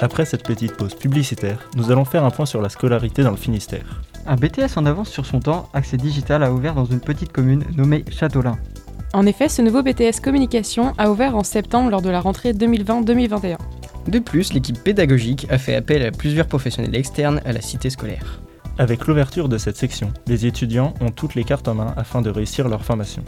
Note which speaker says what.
Speaker 1: Après cette petite pause publicitaire, nous allons faire un point sur la scolarité dans le Finistère.
Speaker 2: Un BTS en avance sur son temps, Accès Digital a ouvert dans une petite commune nommée Châteaulin.
Speaker 3: En effet, ce nouveau BTS Communication a ouvert en septembre lors de la rentrée 2020-2021.
Speaker 4: De plus, l'équipe pédagogique a fait appel à plusieurs professionnels externes à la cité scolaire.
Speaker 1: Avec l'ouverture de cette section, les étudiants ont toutes les cartes en main afin de réussir leur formation.